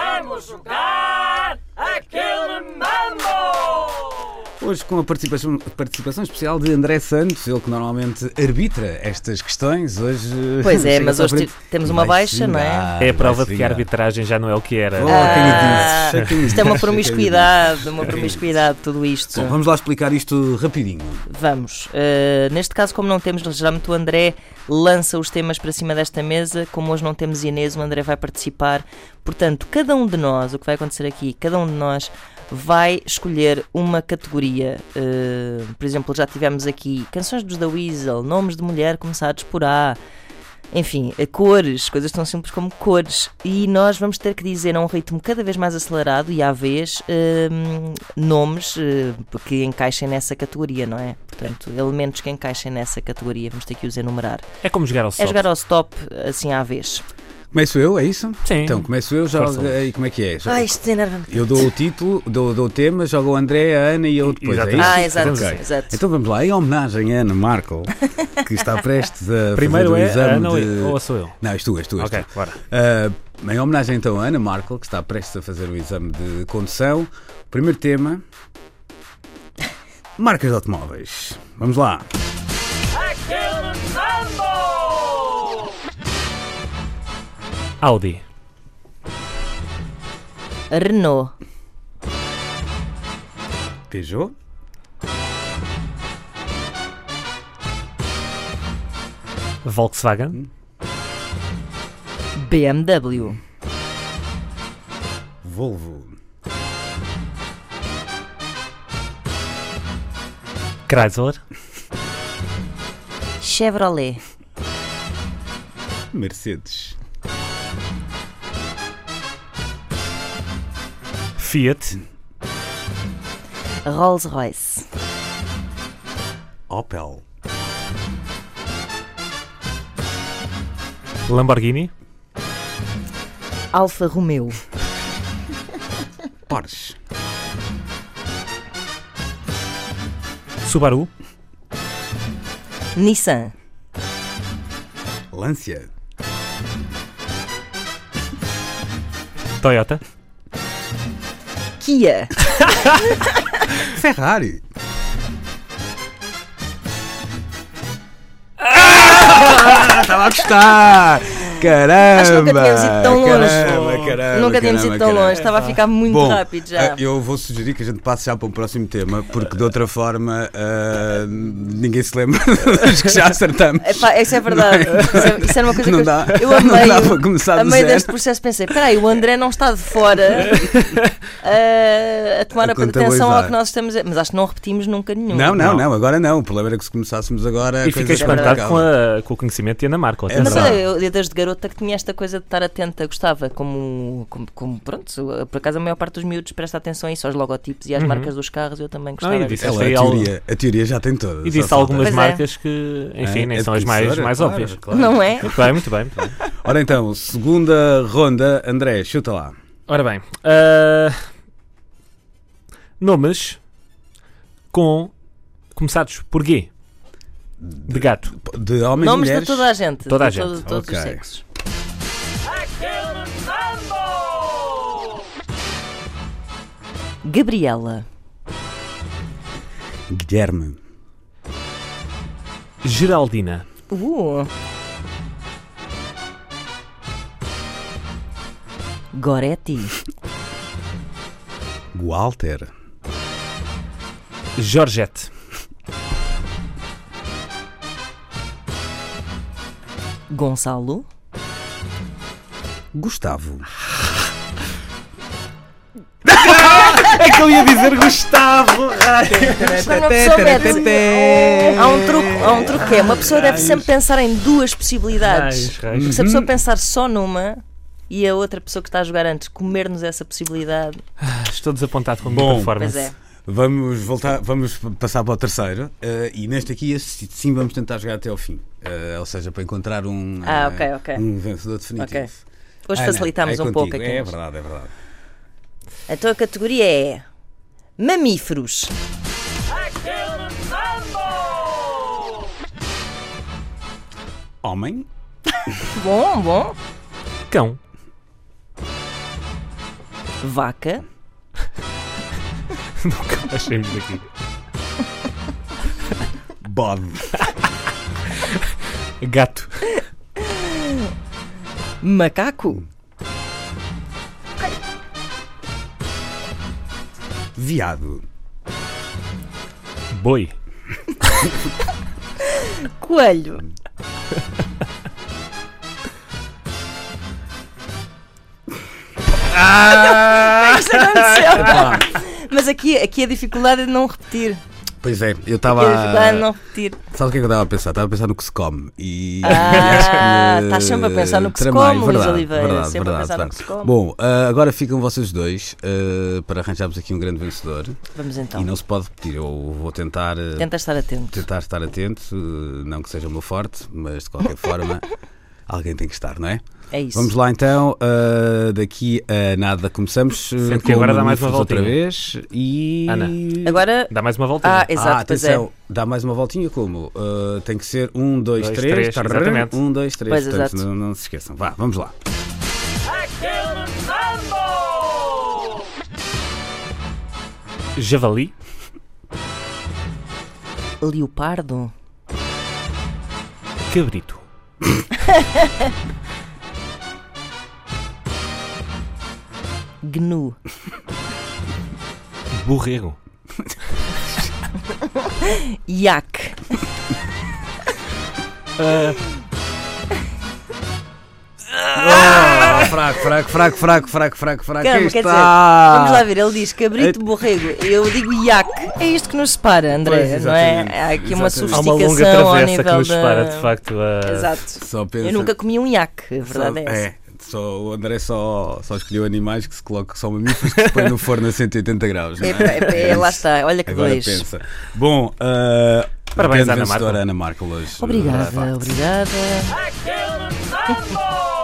Vamos jogar aquele mambo! Hoje com a participação, participação especial de André Santos, ele que normalmente arbitra estas questões, hoje... eh, Pois é, chega-se mas à hoje frente. te- temos uma Vai baixa, não é? xingar, É a vai prova de que a xingar. arbitragem já não é o que era. Oh, Ah, quem o disse? Quem o Isto é uma disse? Quem o promiscuidade, disse? uma Quem o promiscuidade, tudo isto. Bom, vamos lá explicar isto rapidinho. Vamos. Uh, neste caso, como não temos realmente o André lança os temas para cima desta mesa, como hoje não temos Inês, o André vai participar. Portanto, cada um de nós, o que vai acontecer aqui, cada um de nós vai escolher uma categoria. Uh, por exemplo, já tivemos aqui canções dos The Weasel, nomes de mulher começados por A. Enfim, eh, cores, coisas tão simples como cores. E nós vamos ter que dizer a um ritmo cada vez mais acelerado e à vez hum, nomes eh, que encaixem nessa categoria, não é? Portanto, elementos que encaixem nessa categoria, vamos ter que os enumerar. É como jogar ao É sol. jogar ao stop assim à vez. Começo eu, é isso? Sim. Então, começo eu, já Força, Luís. e como é que é? Já- Ai, isto enerva-me. Eu dou o título, dou, dou o tema, joga o André, a Ana e eu depois, é Exatamente. isso? Ah, exato, Ok. exato. Então vamos lá, em homenagem a Ana Markel, que está prestes a Primeiro fazer o é exame a Ana ou- de... ou sou eu? Não, és tu, és tu, és Ok, tu. bora. Ah, em homenagem então a Ana Markel, que está prestes a fazer o exame de condução, primeiro tema, marcas de automóveis. Vamos lá. Aquele mambo! Audi, Renault, Peugeot, Hum. Volkswagen, BMW, Volvo, Chrysler, Chevrolet, Mercedes, Fiat, Rolls-Royce, Opel, Lamborghini, Alfa Romeo, Porsche, Subaru, Nissan, Lancia, Toyota, Kia, Ferrari. Estava a gostar! Caramba! Ah! Acho que nunca tínhamos ido tão longe. Caramba, caramba, Nunca tínhamos caramba, ido tão caramba. longe, tá estava a ficar muito Ah, Bom, rápido já. eh, eu vou sugerir que a gente passe já para o próximo tema, porque de outra forma eh, ninguém se lembra dos que já acertamos. Epá, isso é verdade. Não é? Isso, é- isso era uma coisa Não que eu- dá. eu Não amei. dá para começar a do meio zero. deste processo pensei: peraí, o André não está de fora eh, a, a tomar A a atenção contabilizar. ao que nós estamos a. Mas acho que não repetimos nunca nenhum. Não, não, Não. não, agora não. O problema era que se começássemos agora. a e fiquei coisa já espantado ficava. com, a- com o conhecimento de Ana Marco. É Mas verdade. olha, eu eu desde garota que tinha esta coisa de estar atenta, gostava, como, como, como, pronto, eh, por acaso a maior parte dos miúdos presta atenção a isso, aos logotipos e Uhum. às marcas dos carros, eu também gostava. e disso. disse- Ela, Esta é a, algo- teoria, a teoria já tem todas. E só disse falta- algumas Pois é. marcas que, enfim, É, nem é são as mais, conhecedora, mais claro, óbvias. claro. Não é? Muito bem, muito bem, muito bem. Ora então, segunda ronda, André, chuta lá. Ora bem, ah, nomes com começados por G. De gato. De homens e Nomes mulheres. de toda a gente, Toda a de gente, todo- todos os ok. sexos. Aquele mambo! Gabriela, Guilherme, Geraldina. uh. Goretti. Walter, Georgette. Gonçalo, Gustavo, É que eu ia dizer Gustavo! É Quando uma pessoa mete- Há um truque, há um truque que é, uma pessoa deve sempre pensar em duas possibilidades. Hum, Porque Uhum. se a pessoa pensar só numa e a outra pessoa que está a jogar antes comer-nos essa possibilidade, Estou desapontado com a Bom, minha pois é. performance. Vamos voltar, vamos passar para o terceiro eh, e neste aqui esse sim vamos tentar jogar até ao fim, Eh, ou seja, para encontrar um, Ah, eh, ok, ok. um vencedor definitivo. Ok. Hoje Ana, facilitamos é um contigo. pouco aqui. É verdade, é verdade. Então a categoria é mamíferos, Aquele mambo! Homem, é. bom, bom, Cão. vaca, Nunca mais saímos daqui. Bob. Gato. macaco, Viado. Boi. coelho, Ah! Isto aconteceu. Pá, Mas aqui, aqui a dificuldade é de não repetir. pois é, eu Aqui estava. a dificuldade é de não repetir. Sabe o que é que eu estava a pensar? Estava a pensar no que se come. E. Ah, estás sempre a pensar no que se Tramei, come, Luís verdade, Oliveira, Verdade, sempre a verdade, pensar no verdade. que se come. Bom, ah, agora ficam vocês dois ah, para arranjarmos aqui um grande vencedor. Vamos E então. não se pode repetir. Eu vou tentar. ah, Tenta estar atento. Tentar estar atento, ah, não que seja o meu forte, mas de qualquer forma, alguém tem que estar, não é? É isso. Vamos lá então, ah, daqui a nada começamos. ah, Sendo que com agora dá mais uma mamíferos outra voltinha. vez e. Ana. Agora. Dá mais uma volta. Ah, exato, ah, pois é. atenção, dá mais uma voltinha como? Uh, tem que ser 1, 2, Dois, 3, três, exatamente. 1, 2, 3. Pois, um, Portanto, exato. não, não se esqueçam. Vá, vamos lá. I killed a mambo! Javali. Leopardo, Cabrito. gnu, Borrego. iac, Ah, fraco, fraco, fraco, fraco, fraco, fraco, fraco. Calma, Aí quer está. dizer, vamos lá ver, ele diz cabrito, borrego, eu digo iac. É isto que nos separa, André, Pois, não é? exatamente, Há aqui uma exatamente. Há sofisticação Há uma longa ao travessa nível que nos da... separa, de facto. A... Exato. Só pensa, Eu nunca comi um iac, a só, verdade é essa. só, o André só, só escolheu animais que se colocam, só mamíferos que se põem no forno a 180 graus. não é? É, é, é, lá está, olha que Agora dois. pensa. Bom, uh, Parabéns, grande Ana vencedora Marco. Ana Marco hoje. Obrigada, de facto. obrigada. I killed a mambo!